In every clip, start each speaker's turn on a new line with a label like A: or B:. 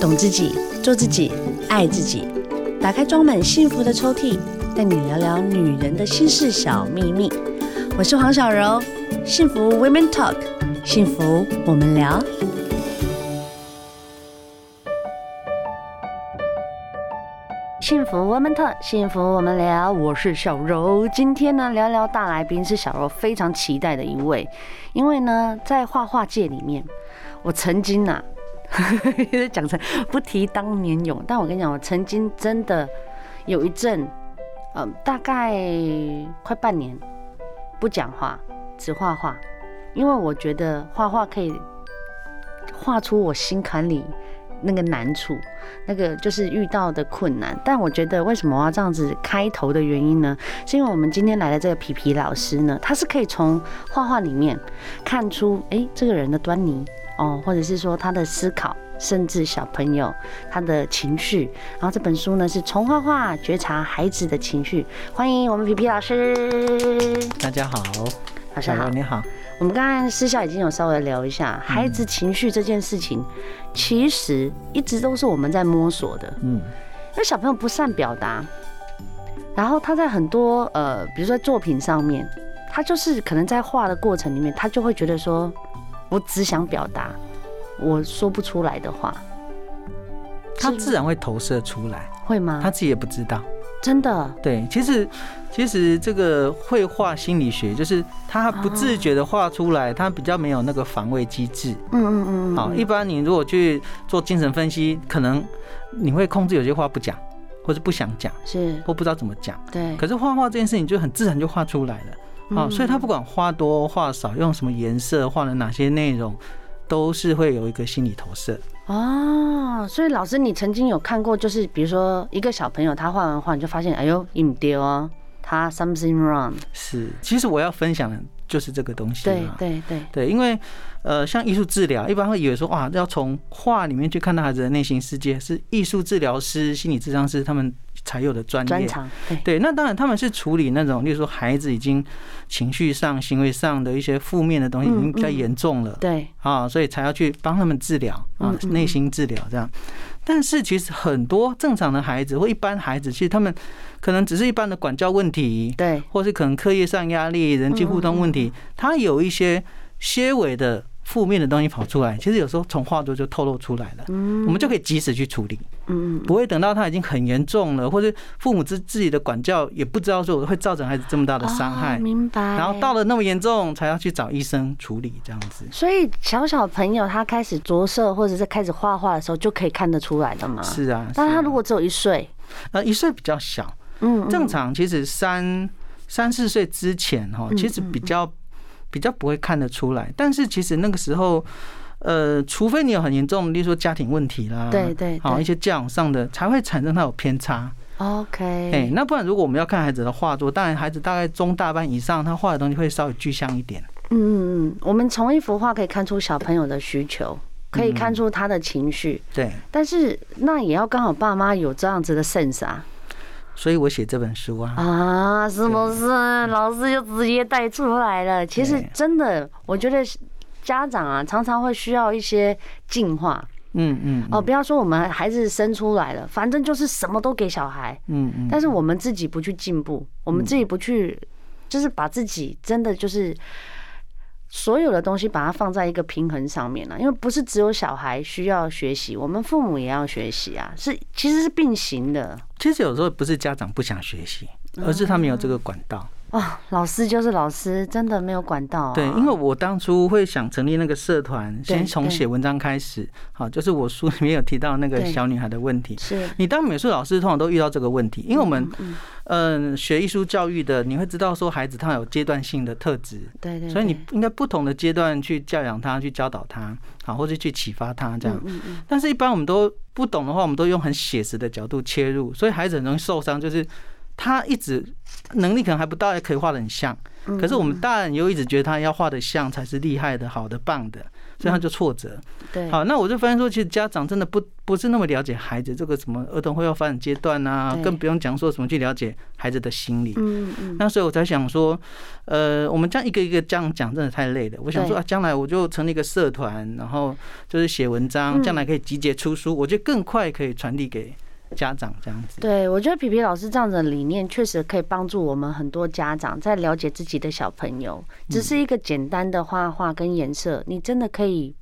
A: 懂自己，做自己，爱自己。打开装满幸福的抽屉，带你聊聊女人的心事小秘密。我是黄小柔，幸福 Women Talk，幸福我们聊。幸福 Woman Talk，幸福我们聊。我是小柔，今天呢聊聊大来宾是小柔非常期待的一位，因为呢在画画界里面，我曾经啊，讲成不提当年勇，但我跟你讲，我曾经真的有一阵，嗯、大概快半年不讲话，只画画，因为我觉得画画可以画出我心坎里那个难处。那个就是遇到的困难。但我觉得为什么我要这样子开头的原因呢？是因为我们今天来的这个皮皮老师呢，他是可以从画画里面看出，诶，这个人的端倪哦，或者是说他的思考。甚至小朋友他的情绪，然后这本书呢是从画画觉察孩子的情绪。欢迎我们皮皮老师，
B: 大家好，
A: 老师
B: 小
A: 好
B: 柔。你好，
A: 我们刚才私下已经有稍微聊一下
B: 嗯
A: 孩子情绪这件事情，其实一直都是我们在摸索的。
B: 嗯
A: 因为小朋友不善表达，然后他在很多呃，比如说在作品上面，他就是可能在画的过程里面，他就会觉得说，我只想表达我说不出来的话，
B: 他
A: 是
B: 自然会投射出来，
A: 会吗？
B: 他自己也不知道。
A: 真的
B: 对，其实其实这个绘画心理学就是他不自觉的画出来，他比较没有那个防卫机制。
A: 嗯，嗯嗯嗯，
B: 好，一般你如果去做精神分析，可能你会控制有些话不讲，或是不想讲，
A: 是
B: 或不知道怎么讲。
A: 对，
B: 可是画画这件事情就很自然就画出来了。好、
A: 嗯
B: 所以他不管画多画少，用什么颜色，画了哪些内容，都是会有一个心理投射。
A: 哦，所以老师，你曾经有看过，就是比如说一个小朋友他画完画，你就发现，哎呦，唔丢哦，他 something wrong，
B: 是，其实我要分享的就是啊这个东西
A: 对
B: 嘛。
A: 对对，
B: 对，因为呃，像艺术治疗，一般会以为说哇，要从画里面去看到孩子的内心世界，是艺术治疗师、心理治疗师他们才有的专
A: 专
B: 业。
A: 长对
B: 对，那当然他们是处理那种，例如说孩子已经情绪上、行为上的一些负面的东西
A: 嗯
B: 已经比较严重了，
A: 对，
B: 啊，所以才要去帮他们治疗啊
A: 嗯，嗯
B: 内心治疗这样。但是其实很多正常的孩子或一般孩子，其实他们可能只是一般的管教问题，
A: 对，
B: 或是可能课业上压力、人际互
A: 嗯
B: 动问题，他有一些些微的负面的东西跑出来，其实有时候从画作就透露出来了，我们就可以及时去处理，
A: 嗯，
B: 不会等到他已经很严重了，或是父母自自己的管教也不知道说会造成孩子这么大的伤
A: 哦
B: 害，
A: 明白。
B: 然后到了那么严重才要去找医生处理这样子。
A: 所以小小朋友他开始着色或者是开始画画的时候，就可以看得出来的嘛。。
B: 是啊，
A: 但
B: 是
A: 他
B: 啊
A: 如果只有一岁，
B: 呃一岁比较小，
A: 嗯，嗯
B: 正常其实三三四岁之前
A: 嗯
B: 哈，其实比较比较不会看得出来，但是其实那个时候。呃，除非你有很严重，例如说家庭问题啦，
A: 对对
B: 好
A: 对
B: 一些教养上的，才会产生它有偏差。哎、
A: OK，
B: 那不然如果我们要看孩子的画作，当然孩子大概中大班以上，他画的东西会稍微具象一点。
A: 嗯嗯嗯，我们从一幅画可以看出小朋友的需求，可
B: 嗯
A: 以看出他的情绪，
B: 对，
A: 但是那也要刚好爸妈有这样子的 sense 啊
B: 所以我写这本书啊，
A: 啊，是不是？老师就直接带出来了。其实
B: 对
A: 真的，我觉得家长啊常常会需要一些进化，
B: 嗯嗯
A: 哦，不要说我们孩子生出来了，反正就是什么都给小孩，
B: 嗯嗯，
A: 但是我们自己不去进步，我们自己不去，就是把自己真的就是所有的东西把它放在一个平衡上面了、啊因为不是只有小孩需要学习，我们父母也要学习啊，是其实是并行的
B: 其实有时候不是家长不想学习，
A: 嗯
B: 而是他没有这个管道。
A: 哦。老师就是老师，真的没有管到、啊，
B: 对，因为我当初会想成立那个社团，
A: 对
B: 先从
A: 对
B: 写文章开始。好，就是我书里面有提到那个
A: 对
B: 小女孩的问题。
A: 是
B: 你当美术老师通常都遇到这个问题，因为我们，嗯，学艺术教育的，你会知道说孩子他有阶段性的特质，
A: 对对对，
B: 所以你应该不同的阶段去教养他、去教导他，好，或者去启发他这
A: 嗯
B: 样。但是，一般我们都不懂的话，我们都用很写实的角度切入，所以孩子很容易受伤，就是他一直能力可能还不到，
A: 嗯
B: 也可以画的很像。可是我们大人又一直觉得他要画的像才是厉害的、好的、棒的，所以他就挫折。
A: 嗯对，
B: 好，那我就发现说，其实家长真的不不是那么了解孩子这个什么儿童会要发展阶段啊，
A: 对
B: 更不用讲说什么去了解孩子的心理。
A: 嗯嗯，
B: 那所以我才想说，呃，我们这样一个一个这样讲，真的太累了。我想说
A: 对
B: 啊，将来我就成立一个社团，然后就是写文章，
A: 嗯
B: 将来可以集结出书，我就更快可以传递给家长这样子。
A: 对，我觉得皮皮老师这样子的理念确实可以帮助我们很多家长在了解自己的小朋友。只是一个简单的画画跟颜色，你真的可以，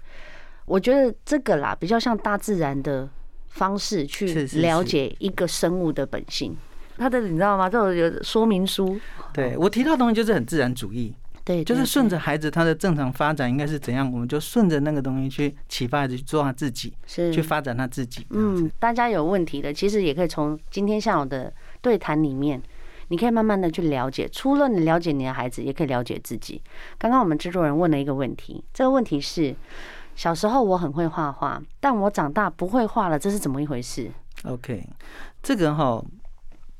A: 我觉得这个啦，比较像大自然的方式去
B: 是是
A: 了
B: 是
A: 解一个生物的本性。它的你知道吗？这种有说明书，
B: 对我提到的东西就是很自然主义，
A: 对，
B: 就
A: 对
B: 是顺着孩子他的正常发展应该是怎样，我们就顺着那个东西去启发孩子去做他自己，
A: 是
B: 去发展他自己。嗯，
A: 嗯，大家有问题的，其实也可以从今天下午的对谈里面，你可以慢慢的去了解。除了你了解你的孩子，也可以了解自己。刚刚我们制作人问了一个问题，这个问题是：小时候我很会画画，但我长大不会画了，这是怎么一回事？
B: OK，这个哈，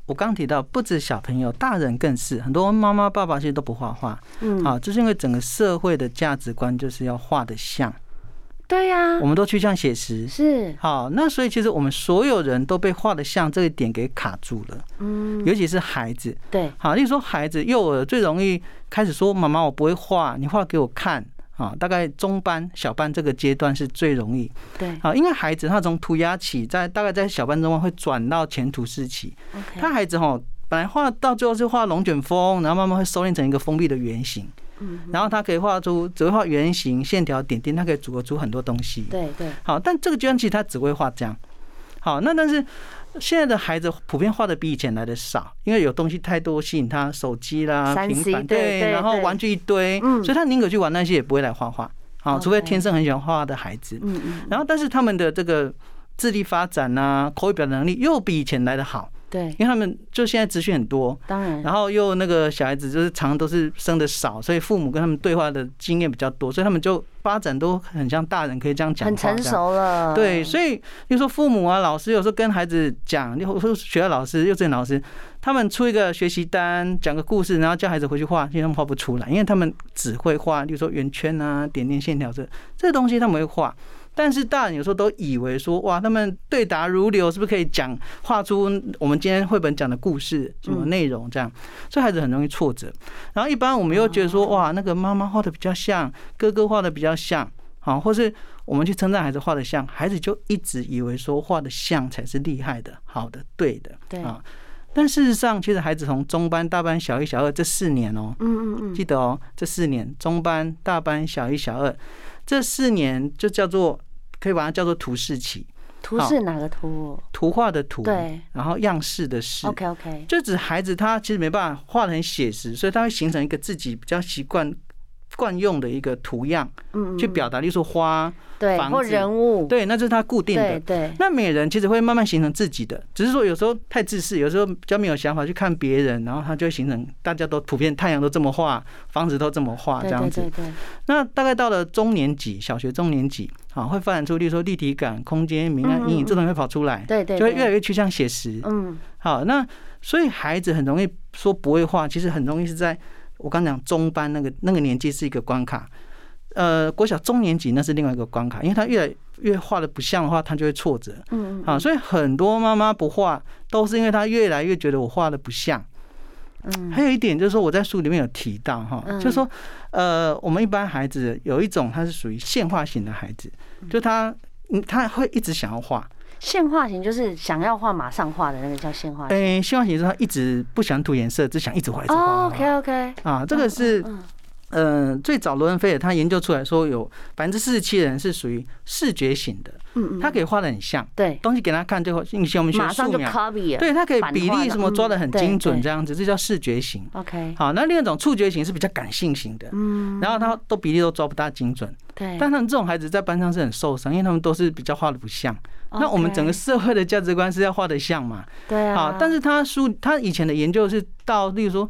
B: 我刚提到，不止小朋友，大人更是很多妈妈爸爸其实都不画画，
A: 嗯，
B: 好，就是因为整个社会的价值观就是要画的像，
A: 对呀、
B: 我们都趋向写实。
A: 是，
B: 好，那所以其实我们所有人都被画的像这一点给卡住了，
A: 嗯，
B: 尤其是孩子。
A: 对，
B: 好，例如说孩子幼儿最容易开始说：“妈妈，我不会画，你画给我看。”啊，大概中班、小班这个阶段是最容易。
A: 对
B: 好，因为孩子他从涂鸦起，在大概在小班中会转到前途式期。
A: ，OK，
B: 他孩子哈，本来画到最后是画龙卷风，然后慢慢会收敛成一个封闭的圆形，
A: 嗯，
B: 然后他可以画出只会画圆形、线条、点点，他可以组合出很多东西。
A: 对对，
B: 好，但这个阶段其实他只会画这样。好，那但是现在的孩子普遍画的比以前来的少，因为有东西太多吸引他，手机啦、
A: 3C
B: 平板
A: 对对
B: 然后
A: 对
B: 玩具一堆，
A: 嗯
B: 所以他宁可去玩那些，也不会来画画。好，除非
A: OK
B: 天生很喜欢画画的孩子，
A: 嗯嗯，
B: 然后但是他们的这个智力发展啊、口语表达能力又比以前来的好，
A: 对，
B: 因为他们就现在资讯很多，
A: 当然，
B: 然后又那个小孩子就是常常都是生的少，所以父母跟他们对话的经验比较多，所以他们就发展都很像大人，可以这样讲，
A: 很成。熟了，
B: 对，所以就说父母啊、老师有时候跟孩子讲，或者学校老师、幼稚园老师，他们出一个学习单，讲个故事，然后叫孩子回去画，因为他们画不出来，因为他们只会画，例如说圆圈啊、点点、线条这这东西他们会画。但是大人有时候都以为说，哇，他们对答如流，是不是可以讲画出我们今天绘本讲的故事什么内容这样？所以孩子很容易挫折。然后一般我们又觉得说，哇，那个妈妈画的比较像，哥哥画的比较像，好，或是我们去称赞孩子画的像，孩子就一直以为说画的像才是厉害的、好的、对的，
A: 对
B: 啊。但事实上，其实孩子从中班、大班、小一、小二这四年哦、
A: 嗯嗯嗯，
B: 记得哦，这四年中班、大班、小一、小二这四年就叫做可以把它叫做图示期，
A: 图
B: 好
A: 是哪个图？
B: 图画的图，
A: 对
B: 然后样式的式。
A: ，OK OK，
B: 就指孩子他其实没办法画的很写实，所以他会形成一个自己比较习惯惯用的一个图样
A: 嗯，嗯
B: 去表达，例如说花，
A: 对，
B: 房
A: 或
B: 子
A: 人物，
B: 对，那就是他固定
A: 对。
B: 的
A: 对，
B: 那每人其实会慢慢形成自己的，只是说有时候太自私，有时候比较没有想法去看别人，然后他就会形成大家都普遍太阳都这么画，房子都这么画啊这
A: 对
B: 样
A: 对
B: 子
A: 对。对，
B: 那大概到了中年级，小学中年级，啊，会发展出，例如说立体感、空间、明暗、阴
A: 嗯嗯嗯
B: 影这种会跑出来，
A: 对对
B: 就会越来
A: 对
B: 越趋向写实。
A: 嗯，
B: 好，那所以孩子很容易说不会画，其实很容易是在我刚讲中班那个那个年纪是一个关卡，呃，国小中年级那是另外一个关卡，因为他越来越画的不像的话，他就会挫折。
A: 嗯嗯
B: 啊，所以很多妈妈不画，都是因为她越来越觉得我画的不像。
A: 嗯，
B: 还有一点就是说，我在书里面有提到哈，
A: 嗯
B: 就是说，呃，我们一般孩子有一种他是属于线画型的孩子，就他嗯他会一直想要画，
A: 线画型就是想要画马上画的那个叫线画型。
B: 诶，哎线画型是他一直不想涂颜色，只想一直画一直画。
A: 哦，OK OK，
B: 啊，这个是
A: 嗯
B: 呃最早罗恩菲尔他研究出来说有百分之四十七人是属于视觉型的，
A: 嗯嗯，
B: 他可以画的很像，
A: 对，
B: 东西给他看最后，以前我们学
A: 马上
B: 素
A: 就
B: 描，
A: copy 了。
B: 对他可以
A: 版
B: 比
A: 画
B: 例
A: 的
B: 什么抓的
A: 嗯
B: 很
A: 对
B: 精准，
A: 对
B: 这样子，这叫视觉型。
A: ，OK，
B: 好，那另一种触觉型是比较感性型的，
A: 嗯，
B: 然后他都比例都抓不大精准，
A: 对，
B: 但他们这种孩子在班上是很受伤，因为他们都是比较画的不像。那我们整个
A: OK，
B: 社会的价值观是要画的像嘛？
A: 哦对啊
B: 好，，但是他书他以前的研究是到，例如说，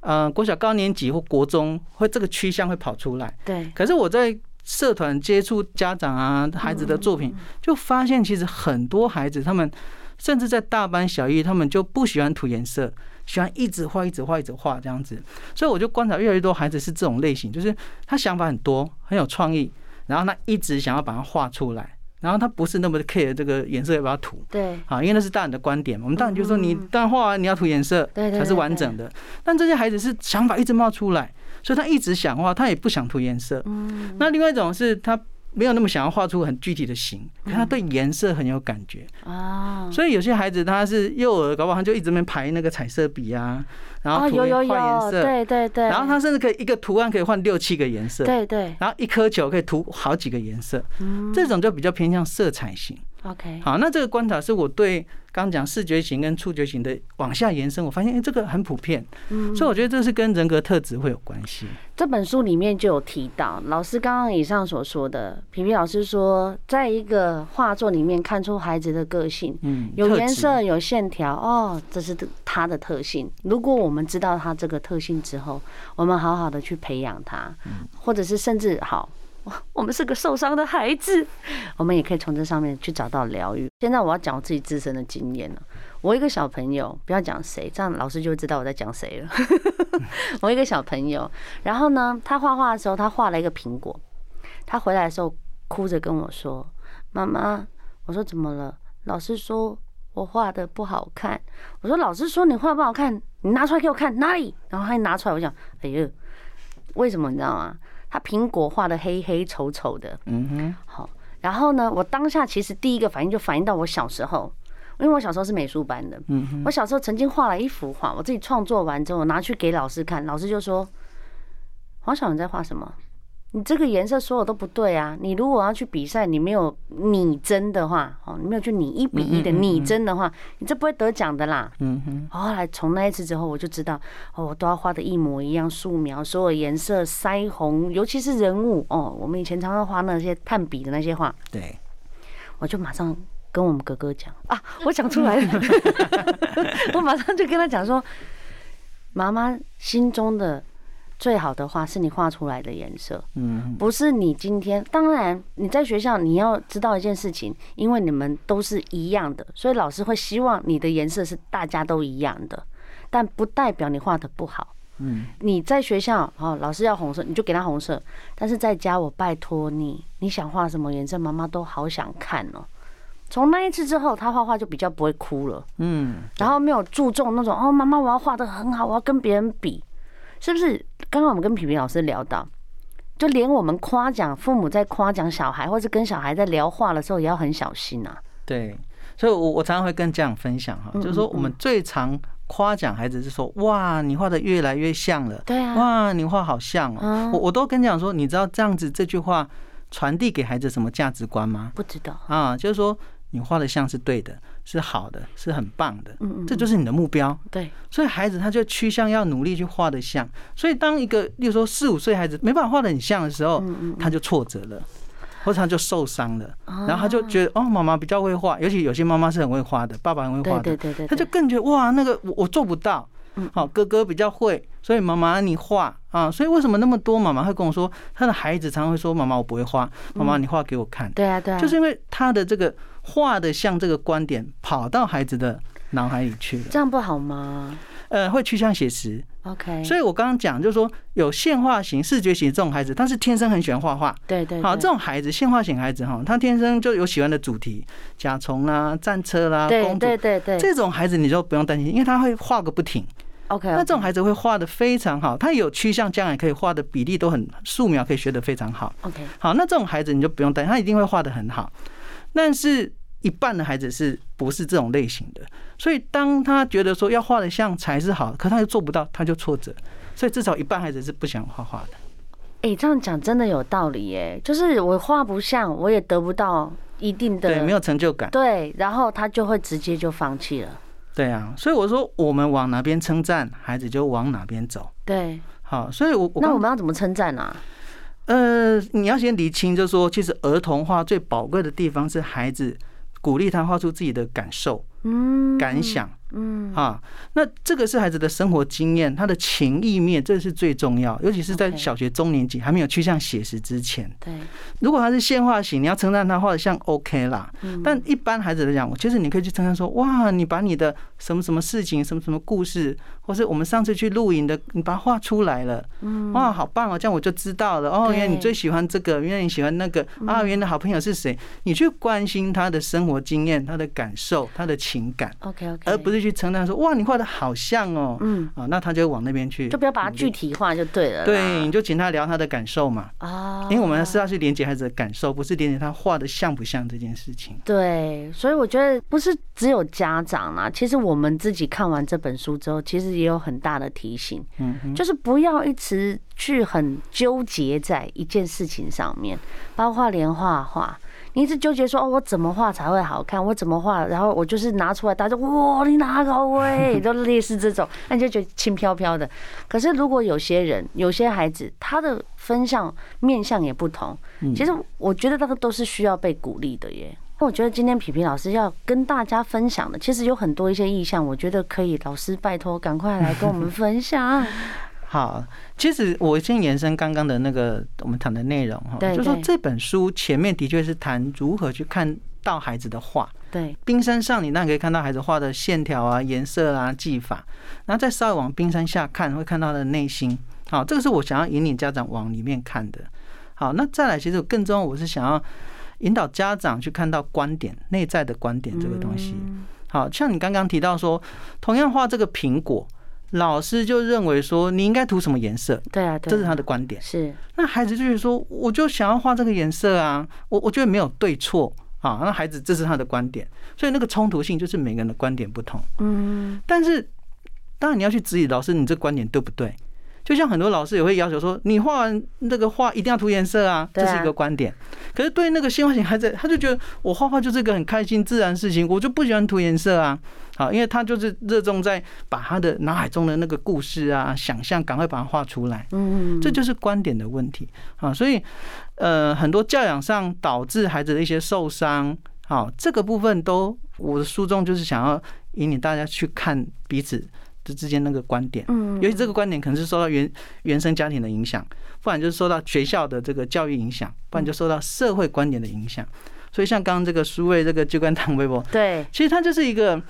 B: 呃，国小高年级或国中会这个趋向会跑出来，
A: 对，
B: 可是我在社团接触家长啊孩子的作品，就发现其实很多孩子他们甚至在大班小一，他们就不喜欢涂颜色，喜欢一直画一直画一直画这样子。所以我就观察越来越多孩子是这种类型，就是他想法很多，很有创意。然后他一直想要把它画出来，然后他不是那么 care 这个颜色要不要涂，
A: 对
B: 啊，因为那是大人的观点嘛。我们大人就说你
A: 嗯嗯
B: 当然画完你要涂颜色
A: 对对对
B: 才是完整的，但这些孩子是想法一直冒出来，所以他一直想画，他也不想涂颜色。
A: 嗯，
B: 那另外一种是他没有那么想要画出很具体的形，可
A: 嗯
B: 他对颜色很有感觉，
A: 啊，
B: 所以有些孩子他是幼儿，搞不好他就一直没排那个彩色笔啊，然后
A: 哦
B: 涂
A: 有有
B: 画
A: 有，
B: 颜色，
A: 对对对，
B: 然后他甚至可以一个图案可以换六七个颜色，
A: 对对，
B: 然后一颗球可以涂好几个颜色，
A: 嗯
B: 这种就比较偏向色彩型。
A: ，OK，
B: 好，那这个观察是我对刚讲视觉型跟触觉型的往下延伸，我发现哎、诶这个很普遍，
A: 嗯
B: 所以我觉得这是跟人格特质会有关系。
A: 这本书里面就有提到，老师刚刚以上所说的，皮皮老师说，在一个画作里面看出孩子的个性，
B: 嗯，
A: 有
B: 特
A: 颜
B: 质
A: 色，有线条，哦，这是他的特性。如果我们知道他这个特性之后，我们好好的去培养他，
B: 嗯
A: 或者是甚至好。哇我们是个受伤的孩子，我们也可以从这上面去找到疗愈。现在我要讲我自己自身的经验了。我一个小朋友，不要讲谁，这样老师就会知道我在讲谁了。 我一个小朋友，然后呢，他画画的时候，他画了一个苹果。他回来的时候，哭着跟我说：“妈妈，我说怎么了？老师说我画的不好看。”我说：“老师说你画不好看，你拿出来给我看哪里？”然后他一拿出来，我想：“哎呦，为什么你知道吗？他苹果画的黑黑丑丑的，
B: 嗯哼，
A: 好，然后呢，我当下其实第一个反应就反映到我小时候，因为我小时候是美术班的，
B: 嗯哼，
A: 我小时候曾经画了一幅画，我自己创作完之后，我拿去给老师看，老师就说：“黄小文在画什么？你这个颜色所有都不对啊！你如果要去比赛，你没有拟真的话，哦，你没有去拟一比一的
B: 嗯嗯嗯嗯
A: 拟真的话，你这不会得奖的啦。”哦
B: 嗯哼，
A: 后来从那一次之后，我就知道，哦，我都要画的一模一样，素描，所有颜色、腮红，尤其是人物哦。我们以前常常画那些炭笔的那些画，
B: 对，
A: 我就马上跟我们哥哥讲啊，我讲出来了， 我马上就跟他讲说，妈妈心中的最好的画是你画出来的颜色，
B: 嗯
A: 不是你今天。当然，你在学校你要知道一件事情，因为你们都是一样的，所以老师会希望你的颜色是大家都一样的，但不代表你画的不好。
B: 嗯，
A: 你在学校哦，老师要红色，你就给他红色。但是在家，我拜托你，你想画什么颜色，妈妈都好想看哦。从那一次之后，他画画就比较不会哭了，
B: 嗯，
A: 然后没有注重那种哦，妈妈我要画的很好，我要跟别人比，是不是？刚刚我们跟皮皮老师聊到，就连我们夸奖父母在夸奖小孩，或是跟小孩在聊话的时候，也要很小心啊。
B: 对，所以我我常常会跟家长分享
A: 嗯
B: 哈，就是说我们最常夸奖孩子是说，哇，你画的越来越像了，
A: 对啊，
B: 哇，你画好像哦
A: 嗯，
B: 我我都跟讲说，你知道这样子这句话传递给孩子什么价值观吗？
A: 不知道，
B: 啊，就是说你画的像是对的，是好的，是很棒的，
A: 嗯嗯，
B: 这就是你的目标。
A: 对，
B: 所以孩子他就趋向要努力去画的像。所以当一个，例如说四五岁孩子没办法画的很像的时
A: 嗯
B: 候，他就挫折了。或者他就受伤了，
A: 啊
B: 然后他就觉得哦，妈妈比较会画，尤其有些妈妈是很会画的，爸爸很会
A: 对
B: 画
A: 对
B: 的，
A: 对对，嗯
B: 他就更觉得哇，那个我我做不到，好哥哥比较会，所以妈妈你画啊，所以为什么那么多妈妈会跟我说，他的孩子常常会说妈妈我不会画，妈妈你画给我看，
A: 嗯对啊对啊，
B: 就是因为他的这个画的像这个观点跑到孩子的脑海里去了，
A: 这样不好吗
B: 呃，会趋向写实，
A: ？OK，
B: 所以我刚刚讲，就是说有线画型、视觉型这种孩子，他是天生很喜欢画画。
A: 对对，
B: 好，
A: 对
B: 这种孩子，线画型孩子哈，他天生就有喜欢的主题，甲虫啦、战车啦、
A: 对
B: 公主
A: 对。对对
B: 这种孩子你就不用担心，因为他会画个不停。
A: ，OK，
B: 那这种孩子会画的非常好，他有趋向，将来可以画的比例都很素描，可以学得非常好。
A: OK，
B: 好，那这种孩子你就不用担心，他一定会画的很好。但是，一半的孩子是不是这种类型的？所以，当他觉得说要画的像才是好，可他又做不到，他就挫折。所以，至少一半孩子是不想画画的。
A: 哎、这样讲真的有道理耶，就是我画不像，我也得不到一定的
B: 对，没有成就感。
A: 对然后他就会直接就放弃了，
B: 对啊，所以我说，我们往哪边称赞，孩子就往哪边走。
A: 对，
B: 好，所以我我
A: 那我
B: 刚
A: 们要怎么称赞啊？
B: 呃，你要先理清，就是说，其实儿童画最宝贵的地方是孩子鼓励他画出自己的感受、
A: 嗯，
B: 感想，嗯啊，那这个是孩子的生活经验，他的情意面，这是最重要，尤其是在
A: OK
B: 小学中年级还没有趋向写实之前。
A: 对，
B: 如果他是线画型，你要称赞他画的像 OK 啦。
A: 嗯
B: 但一般孩子来讲，其实你可以去称赞说：哇，你把你的什么什么事情、什么什么故事，或是我们上次去露营的，你把它画出来了。哇，好棒哦！这样我就知道了。
A: 嗯
B: 哦，
A: 对嗯
B: 原来你最喜欢这个，原来你喜欢那个啊，原来好朋友是谁？你去关心他的生活经验、他的感受、他的情感，
A: OK OK，
B: 而不是去称赞说：哇，你画的好像哦。
A: 嗯，
B: 啊，那他就往那边去，
A: 就不要把它具体化就对了啦。
B: 对，你就请他聊他的感受嘛。
A: 啊，
B: 因为我们是要去连接孩子的感受，不是连接他画的像不像这件事情。
A: 对，所以我觉得不是只有家长啦，其实我们自己看完这本书之后，其实也有很大的提醒，
B: 嗯，
A: 就是不要一直去很纠结在一件事情上面，包括连画画。你一直纠结说哦，我怎么画才会好看？我怎么画？然后我就是拿出来，大家就哇，你拿好哎， 都类似这种，那你就觉得轻飘飘的。可是如果有些人、有些孩子，他的分项面向也不同，其实我觉得那个都是需要被鼓励的耶。那我觉得今天皮皮老师要跟大家分享的，其实有很多一些意向，我觉得可以，老师拜托赶快来跟我们分 享。
B: 好，其实我先延伸刚刚的那个我们谈的内容哈，
A: 对
B: 就说
A: 对
B: 这本书前面的确是谈如何去看到孩子的画。
A: 对，
B: 冰山上，你那可以看到孩子画的线条啊、颜色啊、技法，然后再稍微往冰山下看，会看到他的内心。好，这个是我想要引领家长往里面看的。好，那再来，其实更重要，我是想要引导家长去看到观点、内在的观点这个东西。好像你刚刚提到说，同样画这个苹果，老师就认为说你应该涂什么颜色，
A: 对啊，对啊，
B: 这是他的观点。
A: 是
B: 那孩子就是说，我就想要画这个颜色啊，我我觉得没有对错啊。那孩子这是他的观点，所以那个冲突性就是每个人的观点不同。嗯，但是当然你要去质疑老师，你这观点对不对？就像很多老师也会要求说，你画完那个画一定要涂颜色啊，
A: 对
B: 这
A: 啊
B: 是一个观点。可是对那个新画型孩子，他就觉得我画画就是一个很开心自然的事情，我就不喜欢涂颜色啊。好，因为他就是热衷在把他的脑海中的那个故事啊、想象，赶快把它画出来。
A: 嗯，
B: 这就是观点的问题啊。所以，呃，很多教养上导致孩子的一些受伤，好、这个部分都我的书中就是想要引领大家去看彼此之之间那个观点。
A: 嗯
B: 尤其这个观点可能是受到原原生家庭的影响，不然就是受到学校的这个教育影响，不然就受到社会观点的影响。所以像刚刚这个书位这个就跟唐微博，
A: 对
B: 其实它就是一个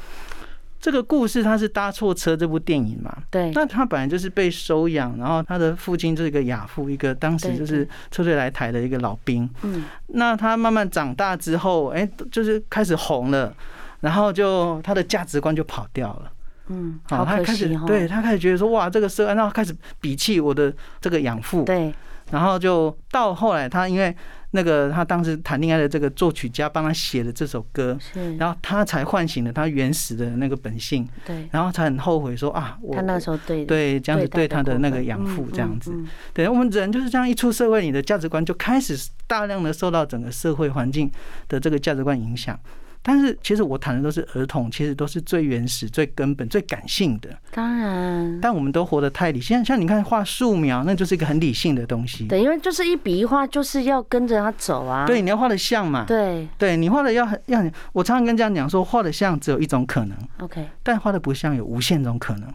B: 这个故事，它是搭错车这部电影嘛，
A: 对
B: 那他本来就是被收养，然后他的父亲就是一个亚父，一个当时
A: 对
B: 就是车队来台的一个老兵。
A: 嗯，
B: 那他慢慢长大之后，哎、就是开始红了，然后就他的价值观就跑掉了。
A: 嗯，
B: 好
A: 好
B: 他
A: 可
B: 开始
A: 惜哦，
B: 对他开始觉得说哇，这个社会，然后开始鄙弃我的这个养父。
A: 对
B: 然后就到后来，他因为那个他当时谈恋爱的这个作曲家帮他写的这首歌，
A: 是，
B: 然后他才唤醒了他原始的那个本性，
A: 对
B: 然后才很后悔说啊，我
A: 他那时候对的
B: 对，这样子对
A: 待
B: 他的
A: 过
B: 那
A: 分
B: 个
A: 嗯
B: 养父这
A: 嗯
B: 样子。
A: 嗯
B: 对，我们人就是这样一出社会，你的价值观就开始大量的受到整个社会环境的这个价值观影响。但是其实我谈的都是儿童，其实都是最原始、最根本、最感性的。
A: 当然。
B: 但我们都活得太理性，像像你看画素描，那就是一个很理性的东西。
A: 对，因为就是一笔一画，就是要跟着他走啊。
B: 对，你要画的像嘛。
A: 对
B: 对你画的要很要很，我常常跟家长讲说，画的像只有一种可能，
A: ，OK，
B: 但画的不像有无限种可能。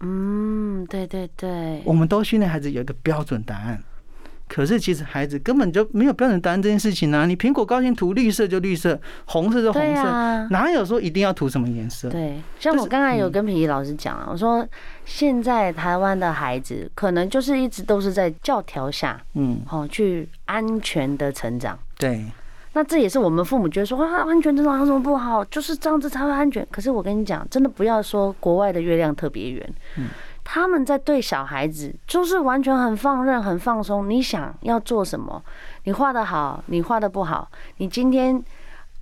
A: 嗯，对对对，
B: 我们都训练孩子有一个标准答案，可是其实孩子根本就没有标准答案这件事情呢、你苹果高兴涂绿色就绿色，红色就
A: 对
B: 红色，
A: 啊，
B: 哪有说一定要涂什么颜色？
A: 对，像
B: 就
A: 我
B: 是
A: 刚才有
B: 嗯
A: 跟皮皮老师讲啊，我说现在台湾的孩子可能就是一直都是在教条下，
B: 嗯，
A: 哦，去安全的成长。
B: 对，
A: 那这也是我们父母觉得说啊，安全成长有什么不好？就是这样子才会安全。可是我跟你讲，真的不要说国外的月亮特别圆，
B: 嗯
A: 他们在对小孩子就是完全很放任、很放松。你想要做什么，你画的好，你画的不好，你今天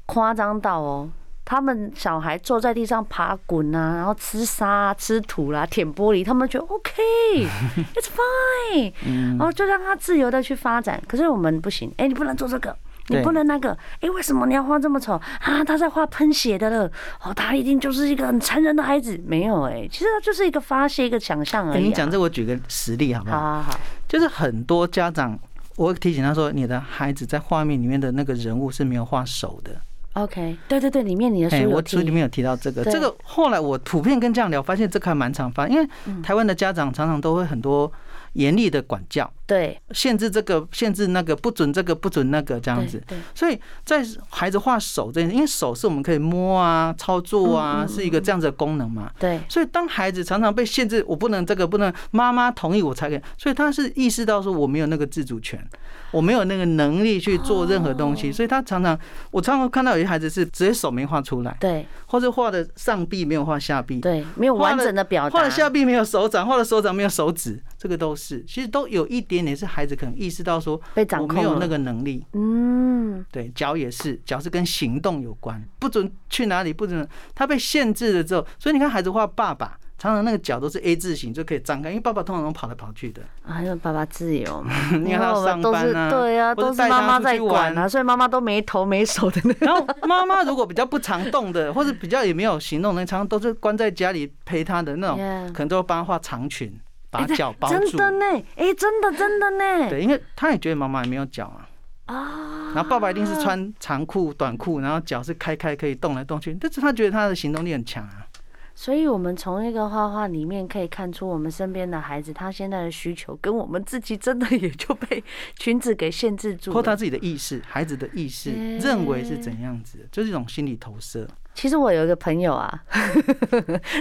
A: 夸张到哦。他们小孩坐在地上爬滚啊，然后吃沙、啊、吃土啦、舔玻璃，他们觉得 OK，it's fine，然
B: 嗯
A: 后就让他自由的去发展。可是我们不行，哎，你不能做这个，你
B: 对
A: 不能那个，哎，为什么你要画这么丑啊？他在画喷血的了，哦，他一定就是一个很残忍的孩子。没有哎、其实他就是一个发泄，一个想象而
B: 哎
A: 已、啊。
B: 你讲这，我举个实例好不
A: 好
B: 好？
A: 好好，
B: 嗯就是很多家长，我会提醒他说，你的孩子在画面里面的那个人物是没有画手的，
A: OK，对对对，里面你的书
B: 哎，
A: 有
B: 我
A: 提
B: 书里面有提到这个，
A: 对
B: 这个后来我普遍跟这样聊，发现这个还蛮常发，因为
A: 嗯
B: 台湾的家长常常都会很多严厉的管教，
A: 对
B: 限制这个，限制那个，不准这个，不准那个，这
A: 这
B: 样子。
A: 对
B: 所以在孩子画手这件事，因为手是我们可以摸啊、操
A: 嗯
B: 作啊，是一个这样子的功能嘛。
A: 对
B: 所以当孩子常常被限制，我不能这个，不能妈妈同意我才可以，所以他是意识到说我没有那个自主权，我没有那个能力去做任何东
A: 哦
B: 西，所以他常常我常常看到有些孩子是直接手没画出来，
A: 对
B: 或者画的上臂没有画下臂，
A: 对，没有完
B: 画了
A: 整的表
B: 画
A: 达
B: 的，下臂没有手掌，画的手掌没有手指，这个都是其实都有一点点是孩子可能意识到说
A: 被掌
B: 我
A: 控
B: 没有那
A: 了
B: 个能力，
A: 嗯，
B: 对，脚也是，脚是跟行动有关，不准去哪里，不准，他被限制了之后，所以你看孩子画爸爸，常常那个脚都是 A 字形就可以张开，因为爸爸通常都跑来跑去的，
A: 还有啊爸爸自由 嘛，
B: 你看他
A: 然后
B: 要
A: 我们
B: 上
A: 都是
B: 班啊，
A: 对啊，
B: 或者
A: 都是
B: 带他
A: 妈妈
B: 出
A: 在
B: 去
A: 管
B: 玩
A: 啊，所以妈妈都没头没手的 那
B: 然后妈妈如果比较不常动的， 或者比较也没有行动能力，常常都是关在家里陪他的那种
A: Yeah
B: 可能都会帮他画长裙，把
A: 哎
B: 脚包
A: 真
B: 住。
A: 的呢，哎，真 的真的呢，
B: 对，因为他也觉得妈妈也没有脚啊，
A: 啊，
B: 然后爸爸一定是穿长裤、短裤，然后脚是开开可以动来动去，但是他觉得他的行动力很强啊。
A: 所以我们从一个画画里面可以看出，我们身边的孩子他现在的需求跟我们自己真的也就被 裙子给限制住
B: 或他
A: 了。
B: 自己的意识，孩子的意识
A: 耶
B: 认为是怎样子的，就是一种心理投射。
A: 其实我有一个朋友啊，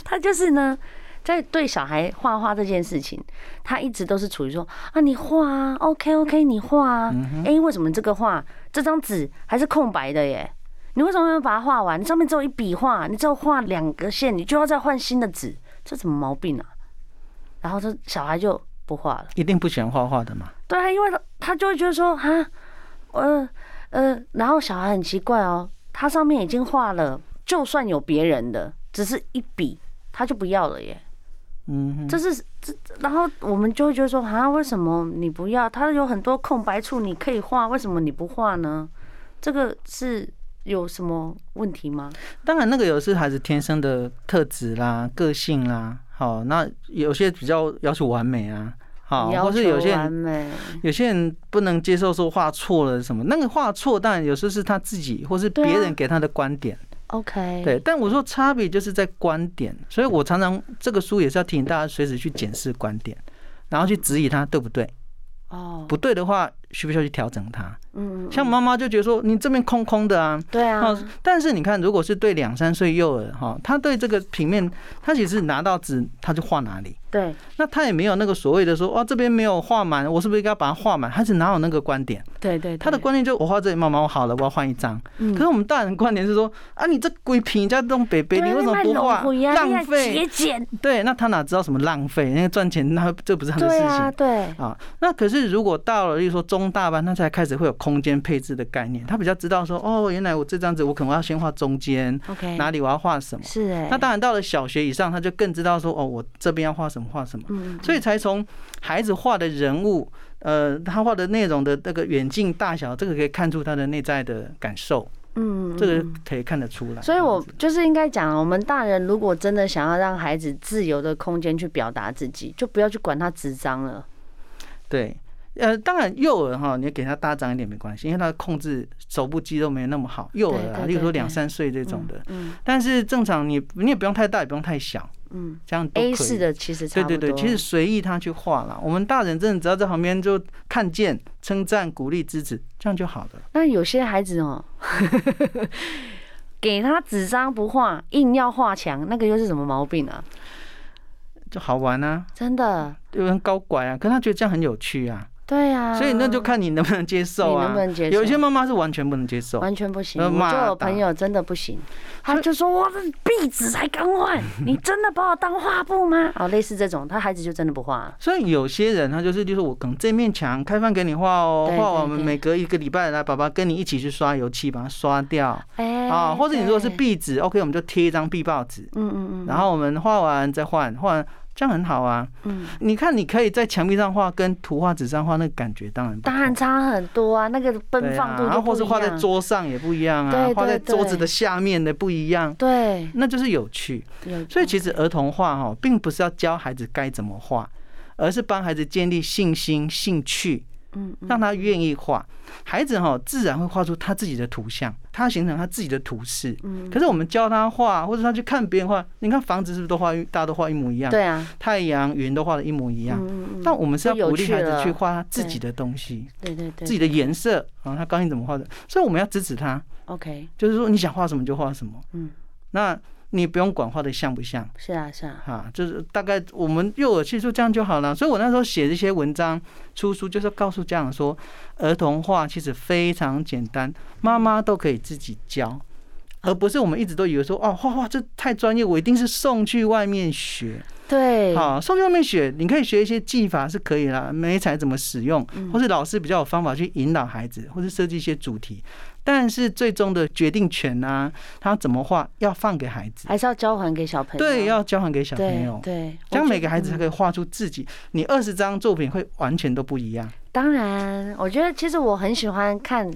A: 他就是呢，在对小孩画画这件事情，他一直都是处于说啊，你画啊，OK OK，你画啊，哎、为什么这个画这张纸还是空白的耶？你为什么没有把它画完？你上面只有一笔画，你只有画两个线，你就要再换新的纸，这什么毛病啊？然后这小孩就不画了。
B: 一定不喜欢画画的嘛？
A: 对啊，因为他他就会觉得说哈，呃呃，然后小孩很奇怪哦，他上面已经画了，就算有别人的，只是一笔，他就不要了耶。
B: 嗯哼，
A: 这是这，这然后我们就会觉得说啊，为什么你不要？他有很多空白处你可以画，为什么你不画呢？这个是有什么问题吗？
B: 当然那个有是孩子天生的特质啦、个性啦。好，那有些比较要求完美啊，好，
A: 要
B: 或是有
A: 求
B: 些
A: 完
B: 人
A: 美，
B: 有些人不能接受说画错了什么，那个画错，当然有时候是他自己或是别
A: 对啊
B: 人给他的观点。
A: OK，
B: 对，但我说差别就是在观点，所以我常常这个书也是要提醒大家随时去检视观点，然后去质疑它对不对。
A: 哦，
B: 不对的话，需不需要去调整它？
A: 嗯，嗯
B: 像妈妈就觉得说，你这边空空的啊。
A: 对啊
B: 哦，，但是你看，如果是对两三岁幼儿哈，他对这个平面，他其实拿到纸他就画哪里，
A: 对，
B: 那他也没有那个所谓的说，哦，这边没有画满，我是不是应该把它画满？孩子哪有那个观点？
A: 对对，
B: 他的
A: 对，
B: 观念就我画这里，妈妈我好了，我要换一张。
A: 嗯
B: 可是我们大人观点是说，啊，你这鬼皮家弄北北，
A: 对啊
B: 你为什么不画？浪
A: 你卖龙
B: 费
A: 虎呀你要节。俭，
B: 对，那他哪知道什么浪费？那个赚钱，那这不是他的
A: 对
B: 事情。
A: 啊，对，
B: 啊，那可是如果到了，例如说中大班，他才开始会有空间配置的概念，他比较知道说，哦，原来我这张纸，我可能要先画中间
A: OK，
B: 哪里我要画什么。
A: 是哎、
B: 那当然到了小学以上，他就更知道说，哦，我这边要画什么画什么，
A: 嗯，
B: 所以才从孩子画的人物，呃，他画的内容的那个远近大小，这个可以看出他的内在的感受，
A: 嗯，嗯
B: 这个
A: 嗯
B: 可以看得出来。
A: 所以我
B: 这样子
A: 就是应该讲，啊我们大人如果真的想要让孩子自由的空间去表达自己，就不要去管他纸张了。
B: 对。呃，当然，幼儿哈，你给他大张一点没关系，因为他的控制手部肌肉没有那么好。幼
A: 对
B: 儿啊，
A: 对
B: 例如说
A: 对
B: 两三岁这种的，
A: 嗯
B: 但是正常你你也不用太大，也不用太小，
A: 嗯
B: 这样都可以
A: ，A 四。的其实差
B: 对
A: 不
B: 对
A: 多。
B: 对，其实随意他去画啦。我们大人真的只要在旁边就看见、称赞、鼓励、支持，这样就好了。
A: 那有些孩子哦、 给他纸张不画，硬要画墙，那个又是什么毛病啊？
B: 就好玩啊，
A: 真的，
B: 有人高拐啊，可是他觉得这样很有趣啊，
A: 对啊。
B: 所以那就看你能不能接受
A: 你
B: 啊。
A: 能不能接受？
B: 有一些妈妈是完全不能接受，
A: 完全不行。
B: 呃
A: 我
B: 骂
A: 就有
B: 打
A: 朋友真的不行，他就说：“我这壁纸才刚 换，你真的把我当画布吗？”哦，类似这种，他孩子就真的不画了。
B: 所以有些人他就是，就是我可能这面墙开放给你画哦，
A: 对
B: 画
A: 对
B: 完我们
A: 对
B: 每隔一个礼拜来，爸爸跟你一起去刷油漆，把它刷掉
A: 哎、
B: 啊。或者你如果是
A: 对，
B: 壁纸，OK，我们就贴一张壁报纸，
A: 嗯嗯嗯，
B: 然后我们画完再换，画完这样很好啊。
A: 嗯，
B: 你看，你可以在墙壁上画，跟图画纸上画，那个感觉当然不
A: 当然
B: 同
A: 差很多啊，那个奔
B: 对
A: 放
B: 啊，
A: 度
B: 然
A: 就
B: 后
A: 不
B: 或
A: 一
B: 是
A: 样。
B: 画在桌上也不一样
A: 对
B: 啊
A: 对，
B: 画在桌子
A: 对
B: 的下面的不一样，
A: 对，
B: 那就是有趣。
A: 有
B: 所以其实儿童画哈，并不是要教孩子该怎么画，而是帮孩子建立信心、兴趣，
A: 嗯嗯
B: 让他愿意画。孩子哈，自然会画出他自己的图像，他形成他自己的图示。
A: 嗯，
B: 可是我们教他画，或者他去看别人画，你看房子是不是都画一，大家都画一模一样？
A: 对啊，
B: 太阳、云都画的一模一样。
A: 嗯嗯嗯，
B: 但我们是
A: 就有
B: 要鼓励
A: 趣
B: 孩子去
A: 了
B: 画他自己的东西，
A: 对对
B: 自
A: 对
B: 己的颜色啊，他高兴怎么画的，所以我们要支持他，
A: ，OK，
B: 就是说你想画什么就画什么。
A: 嗯，
B: 那你不用管画的像不像。
A: 是啊是啊，
B: 啊，就是大概我们幼儿技术这样就好了。所以我那时候写这些文章、出书，就是告诉家长说，儿童画其实非常简单，妈妈都可以自己教，而不是我们一直都以为说，哦，画画这太专业，我一定是送去外面学。
A: 对，
B: 好，送去外面学，你可以学一些技法是可以啦，美彩怎么使用，
A: 嗯
B: 或是老师比较有方法去引导孩子，或是设计一些主题。但是最终的决定权啊，他怎么画要放给孩子，
A: 还是要交还给小朋友，
B: 对，要交还给小朋
A: 对
B: 友。
A: 对，
B: 这样
A: 我
B: 每
A: 觉
B: 个孩子才可以画出自己。你二十张作品会完全都不一样。
A: 当然，我觉得其实我很喜欢看，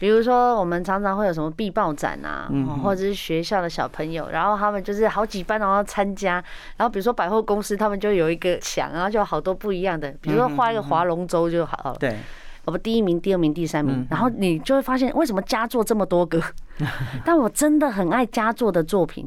A: 比如说我们常常会有什么必报展啊，
B: 嗯
A: 哦
B: 哼
A: 或者是学校的小朋友，然后他们就是好几班然后参加，然后比如说百货公司他们就有一个墙，然后就有好多不一样的，比如说画一
B: 嗯
A: 个划龙舟就好了，
B: 对，
A: 我们第一名、第二名、第三名
B: 嗯，
A: 然后你就会发现为什么佳作这么多个。但我真的很爱佳作的作品，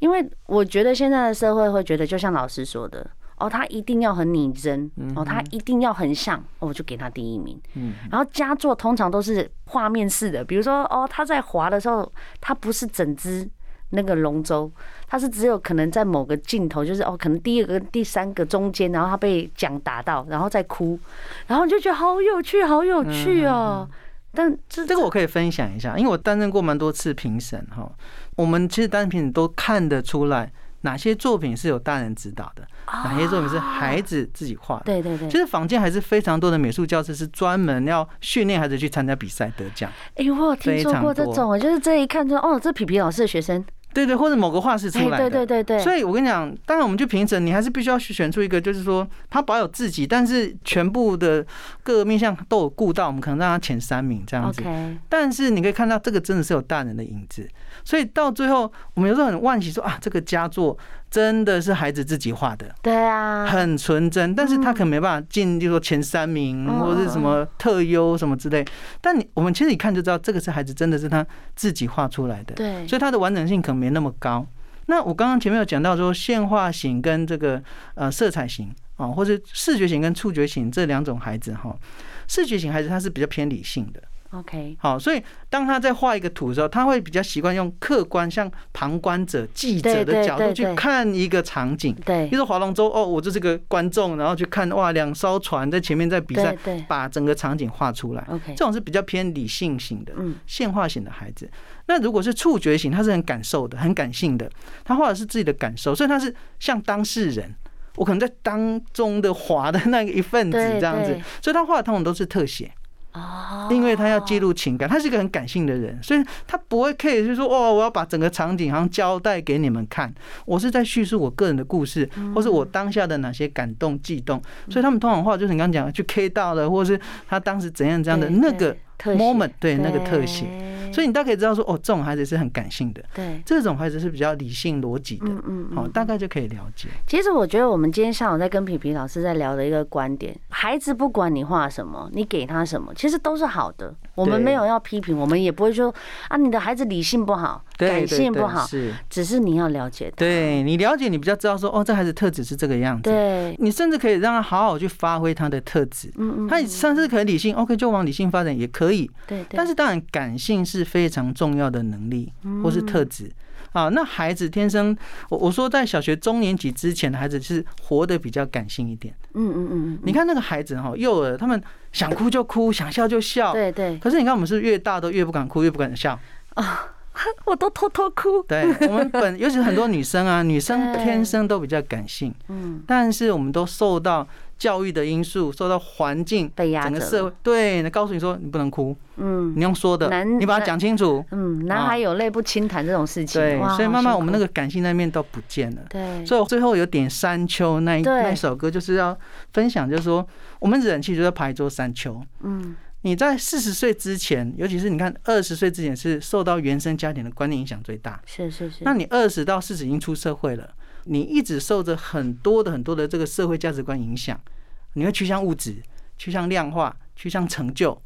A: 因为我觉得现在的社会会觉得，就像老师说的，哦，他一定要很拟真，哦，他一定要很像，哦我就给他第一名。
B: 嗯
A: 然后佳作通常都是画面式的，比如说哦，他在滑的时候，他不是整只。那个龙舟，它是只有可能在某个镜头，就是哦，可能第二个跟第三个中间，然后他被桨打到，然后再哭，然后你就觉得好有趣，好有趣哦。但这
B: 这个我可以分享一下，因为我担任过蛮多次评审哈。我们其实担任评审都看得出来哪些作品是有大人指导的，哪些作品是孩子自己画的。
A: 啊对对对，
B: 其实坊间还是非常多的美术教师是专门要训练孩子去参加比赛得奖，
A: 哎、我有听说过这
B: 非常
A: 种，就是这一看就哦，这皮皮老师的学生，
B: 对对，或者某个画室
A: 哎
B: 出，来
A: 对
B: 的。
A: 对对对，
B: 所以我跟你讲，当然我们去评审，你还是必须要选出一个，就是说他保有自己，但是全部的各个面向都有顾到，我们可能让他前三名这样子。
A: OK，
B: 但是你可以看到，这个真的是有大人的影子，所以到最后，我们有时候很惋惜说啊，这个佳作真的是孩子自己画的，
A: 对啊，
B: 很纯真，但是他可能没办法进，就说前三名
A: 嗯
B: 或者是什么特优什么之类。但你我们其实一看就知道，这个是孩子真的是他自己画出来的。
A: 对，
B: 所以它的完整性可能没那么高。那我刚刚前面有讲到说，线画型跟这个呃色彩型啊，或者视觉型跟触觉型这两种孩子哈，视觉型孩子他是比较偏理性的，
A: OK，
B: 好，所以当他在画一个图的时候，他会比较习惯用客观像旁观者、记者
A: 对对
B: 的角
A: 对
B: 度去
A: 对
B: 看一个场景。
A: 对
B: 比如说划龙舟，哦，我就是个观众，然后去看哇，两艘船在前面在比赛
A: 对，对
B: 把整个场景画出来。
A: ，OK，
B: 这种是比较偏理性型的，
A: 嗯，
B: 线画型的孩子。那如果是触觉型，他是很感受的，很感性的，他画的是自己的感受，所以他是像当事人。我可能在当中的滑的那个一份子
A: 对
B: 这样子
A: 对，
B: 所以他画的通常都是特写，
A: 哦，
B: 因为他要记录情感，他是一个很感性的人，所以他不会 care，就是说哦，我要把整个场景好像交代给你们看，我是在叙述我个人的故事，
A: 嗯
B: 或是我当下的哪些感动、悸动，所以他们通常画就是你刚刚讲的去 K 到了，或是他当时怎样怎样的
A: 对
B: 那
A: 对
B: 个
A: 特写
B: moment，对那个特写，
A: 对
B: 所以你大概可以知道说，哦，这种孩子是很感性的，
A: 对，
B: 这种孩子是比较理性逻辑的，
A: 嗯嗯嗯
B: 好，大概就可以了解。
A: 其实我觉得我们今天上午在跟皮皮老师在聊的一个观点，孩子不管你画什么，你给他什么，其实都是好的。我们
B: 对
A: 没有要批评，我们也不会说啊，你的孩子理性不好，
B: 对
A: 感
B: 对
A: 性不
B: 对，
A: 好，
B: 是，
A: 只是你要了解他。
B: 对你了解，你比较知道说，哦，这孩子特质是这个样子。
A: 对，
B: 你甚至可以让他好好去发挥他的特质，
A: 嗯嗯，
B: 他甚至可以理性，OK，就往理性发展也可以。
A: 对对，
B: 但是当然，感性是非常重要的能力
A: 嗯
B: 或是特质啊。那孩子天生，我我说在小学中年级之前的孩子是活得比较感性一点。
A: 嗯嗯嗯嗯，
B: 你看那个孩子哈，幼儿他们想哭就哭，想笑就笑。
A: 对 对，
B: 可是你看，我们是不是越大都越不敢哭，越不敢笑。
A: 我都偷偷哭。
B: 对我们本，尤其是很多女生啊，女生
A: 对
B: 天生都比较感性，
A: 嗯，
B: 但是我们都受到教育的因素，受到环境、
A: 被压
B: 整
A: 着
B: 个
A: 了
B: 社会，对，那告诉你说你不能哭，
A: 嗯
B: 你用说的
A: 男，
B: 你把它讲清楚。
A: 嗯，男孩有泪不轻弹这种事情，
B: 啊对
A: 哇，
B: 所以慢慢我们那
A: 个
B: 个感性那面都不见了。
A: 对，
B: 所以我最后有点山丘那一
A: 对
B: 那首歌，就是要分享，就是说我们人其实就在爬一座山丘。
A: 嗯
B: 你在四十岁之前，尤其是你看二十岁之前是受到原生家庭的观念影响最大。
A: 是是是，
B: 那你二十到四十已经出社会了，你一直受着很多的很多的这个社会价值观影响，你会趋向物质，趋向量化，趋向成就。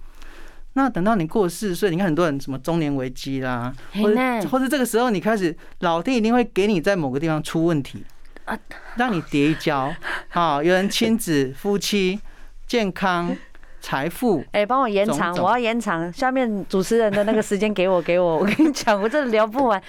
B: 那等到你过四十岁，你看很多人什么中年危机啦，
A: 嘿
B: 或
A: 呢
B: 者或者这个时候你开始，老天一定会给你在某个地方出问题
A: 啊，
B: 让你跌一跤。好，有人亲子、夫妻、健康、财富，
A: 哎、帮我延
B: 种
A: 长，
B: 种
A: 我要延长。下面主持人的那个时间给我， 给我。我跟你讲，我真的聊不 完。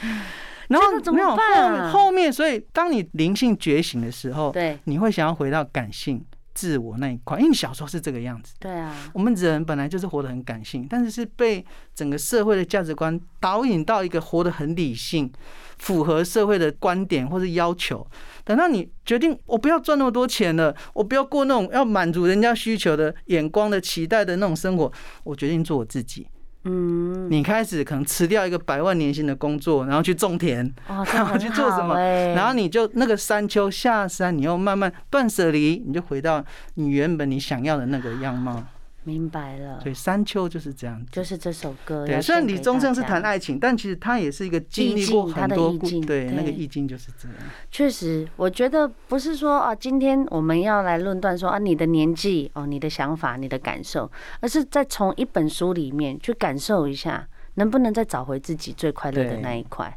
B: 然后
A: 这个怎么
B: 没有
A: 办啊
B: 后后面，所以当你灵性觉醒的时候，
A: 对
B: 你会想要回到感性、自我那一块，因为你小时候是这个样子。
A: 对啊，
B: 我们人本来就是活得很感性，但是是被整个社会的价值观导引到一个活得很理性，符合社会的观点或是要求。等到你决定我不要赚那么多钱了，我不要过那种要满足人家需求的眼光的期待的那种生活，我决定做我自己。
A: 嗯，
B: 你开始可能辞掉一个百万年薪的工作，然后去种田，
A: 哦，这
B: 然后
A: 很
B: 去做什
A: 好
B: 么？
A: 哎、
B: 然后你就那个山丘下山，你又慢慢断舍离，你就回到你原本你想要的那个样貌。
A: 明白了
B: 所，以山丘就是这样子。
A: 就是这首歌。
B: 对，
A: 要
B: 虽然
A: 献
B: 李
A: 给
B: 宗
A: 大
B: 盛是
A: 家
B: 谈爱情，但其实他也是一个经历过
A: 意境他
B: 很
A: 的
B: 多
A: 意
B: 故
A: 境
B: 对那个
A: 对
B: 意境就是这样。
A: 确实，我觉得不是说啊，今天我们要来论断说啊，你的年纪哦，你的想法、你的感受，而是再从一本书里面去感受一下，能不能再找回自己最快乐的
B: 对
A: 那一块。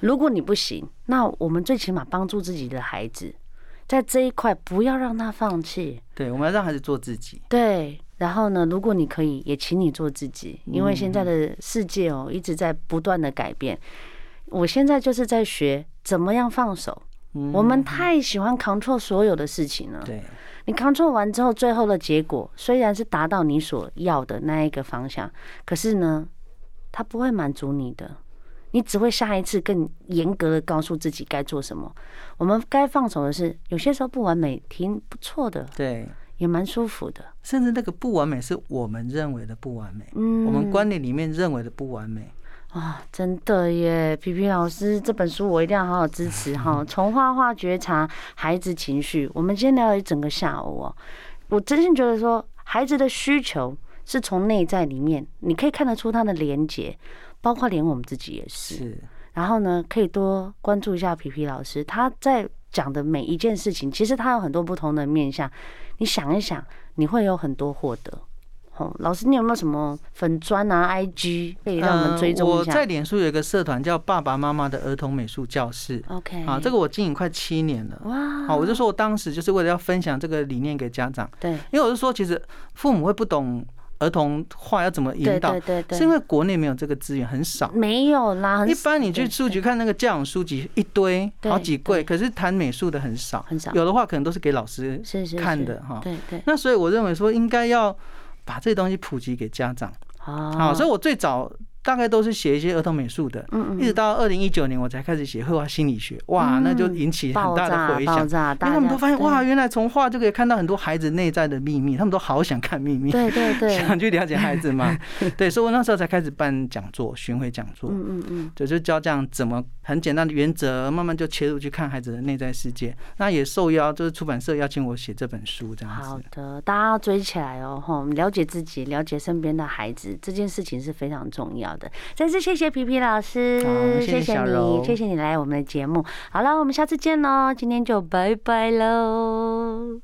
A: 如果你不行，那我们最起码帮助自己的孩子，在这一块不要让他放弃。
B: 对，我们要让孩子做自己。
A: 对，然后呢，如果你可以，也请你做自己，因为现在的世界哦，一直在不断的改变。我现在就是在学怎么样放手。
B: 嗯
A: 我们太喜欢 control 所有的事情了。
B: 对
A: 你 control 完之后，最后的结果虽然是达到你所要的那一个方向，可是呢，它不会满足你的。你只会下一次更严格的告诉自己该做什么。我们该放手的是，有些时候不完美挺不错的，
B: 对，
A: 也蛮舒服的。
B: 甚至那个不完美是我们认为的不完美，
A: 嗯，
B: 我们观点里面认为的不完美。
A: 啊，真的耶！皮皮老师这本书我一定要好好支持哈。从画画觉察孩子情绪，我们今天聊了一整个下午哦。我真心觉得说，孩子的需求是从内在里面，你可以看得出他的连结，包括连我们自己也是。
B: 是，
A: 然后呢，可以多关注一下皮皮老师，他在讲的每一件事情，其实他有很多不同的面向。你想一想，你会有很多获得。哦，老师，你有没有什么粉砖啊、IG 可以让我们追
B: 呃
A: 踪
B: 我
A: 一下？
B: 在脸书有一个社团叫“爸爸妈妈的儿童美术教室”，
A: OK，
B: 啊，这个我经营快七年了。
A: 哇，
B: 好，我就说我当时就是为了要分享这个理念给家长，
A: 对
B: 因为我是说，其实父母会不懂儿童话要怎么
A: 对
B: 引导
A: 对，对
B: 是因
A: 对，
B: 为国内没有这个资源，很少。
A: 没有啦，很
B: 一
A: 少
B: 般你去
A: 对
B: 书局看那个教养书籍一堆，
A: 对
B: 好几柜，可是谈美术的很少，
A: 很少
B: 有的话可能都是给老师
A: 是是
B: 看
A: 是
B: 的啊哈。
A: 对对
B: 那所以我认为说应该要把这东西普及给家长。
A: 啊
B: 好，所以我最早大概都是写一些儿童美术的，
A: 嗯嗯
B: 一直到二零一九年我才开始写绘画心理学，哇，那就引起很
A: 爆
B: 大的
A: 炸
B: 回
A: 爆
B: 响。
A: 炸，
B: 因为
A: 大
B: 他们
A: 家
B: 都发现
A: 对
B: 哇，原来从画就可以看到很多孩子内在的秘密，他们都好想看秘密。
A: 对对对，
B: 想去了解孩子 嘛。对，所以我那时候才开始办讲座、巡回讲座，
A: 嗯嗯嗯，
B: 对，就教这样怎么很简单的原则，慢慢就切入去看孩子的内在世界。那也受邀，就是出版社邀请我写这本书，这样
A: 好
B: 子。
A: 的，大家要追起来哦，吼，了解自己，了解身边的孩子，这件事情是非常重要的。再次谢谢皮皮老师
B: 好，
A: 谢
B: 谢谢
A: 谢
B: 小
A: 你，
B: 柔
A: 哦谢谢你来我们的节目。好了，我们下次见喽，今天就拜拜喽。